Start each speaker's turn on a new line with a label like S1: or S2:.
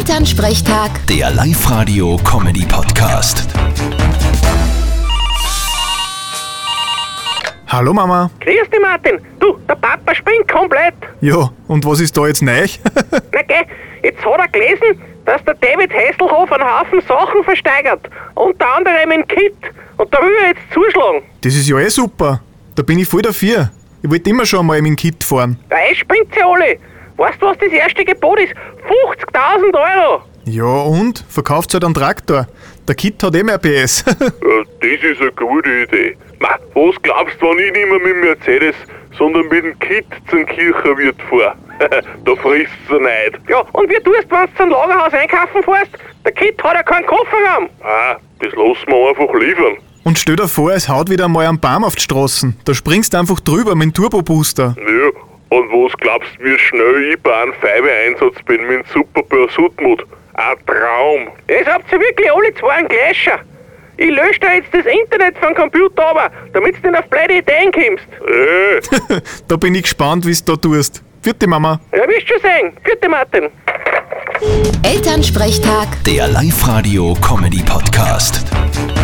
S1: Elternsprechtag,
S2: Der Live-Radio-Comedy-Podcast.
S3: Hallo Mama.
S4: Grüß dich, Martin. Du, der Papa spinnt komplett.
S3: Ja, und was ist da jetzt neu?
S4: Na geh, jetzt hat er gelesen, dass der David Hesselhoff einen Haufen Sachen versteigert. Unter anderem ein Kit. Und da will er jetzt zuschlagen.
S3: Das ist ja eh super. Da bin ich voll dafür. Ich wollte immer schon mal mit dem Kit fahren.
S4: Da spinnt sie alle. Weißt du, was das erste Gebot ist? 50.000 Euro.
S3: Ja, und? Verkauft halt einen Traktor. Der Kit hat eh mehr PS.
S5: Ja, Also, Das ist eine gute Idee. Na, was glaubst du, wenn ich nicht mehr mit Mercedes, sondern mit dem Kit zum Kirchenwirt fahre? da frisst's er nicht.
S4: Ja, und wie tust du, wenn du zum Lagerhaus einkaufen fährst? Der Kit hat ja keinen Kofferraum.
S5: Ah, das lassen wir einfach liefern.
S3: und stell dir vor, es haut wieder mal einen Baum auf die Straßen. Da springst du einfach drüber mit dem Turbobooster.
S5: Ja, und was glaubst du, wie schnell ich bei einem Feibe-Einsatz bin mit dem Super Pursuit-Mode? Ein Traum.
S4: Das habt ihr wirklich alle zwei einen Gläscher. Ich lösche da jetzt das Internet vom Computer aber, damit du nicht auf blöde Ideen kommst.
S5: Äh,
S3: da bin ich gespannt, wie da tust. Vierte Mama.
S4: Ja, wirst schon sehen. Gute Martin.
S1: Elternsprechtag.
S2: Der Live-Radio-Comedy-Podcast.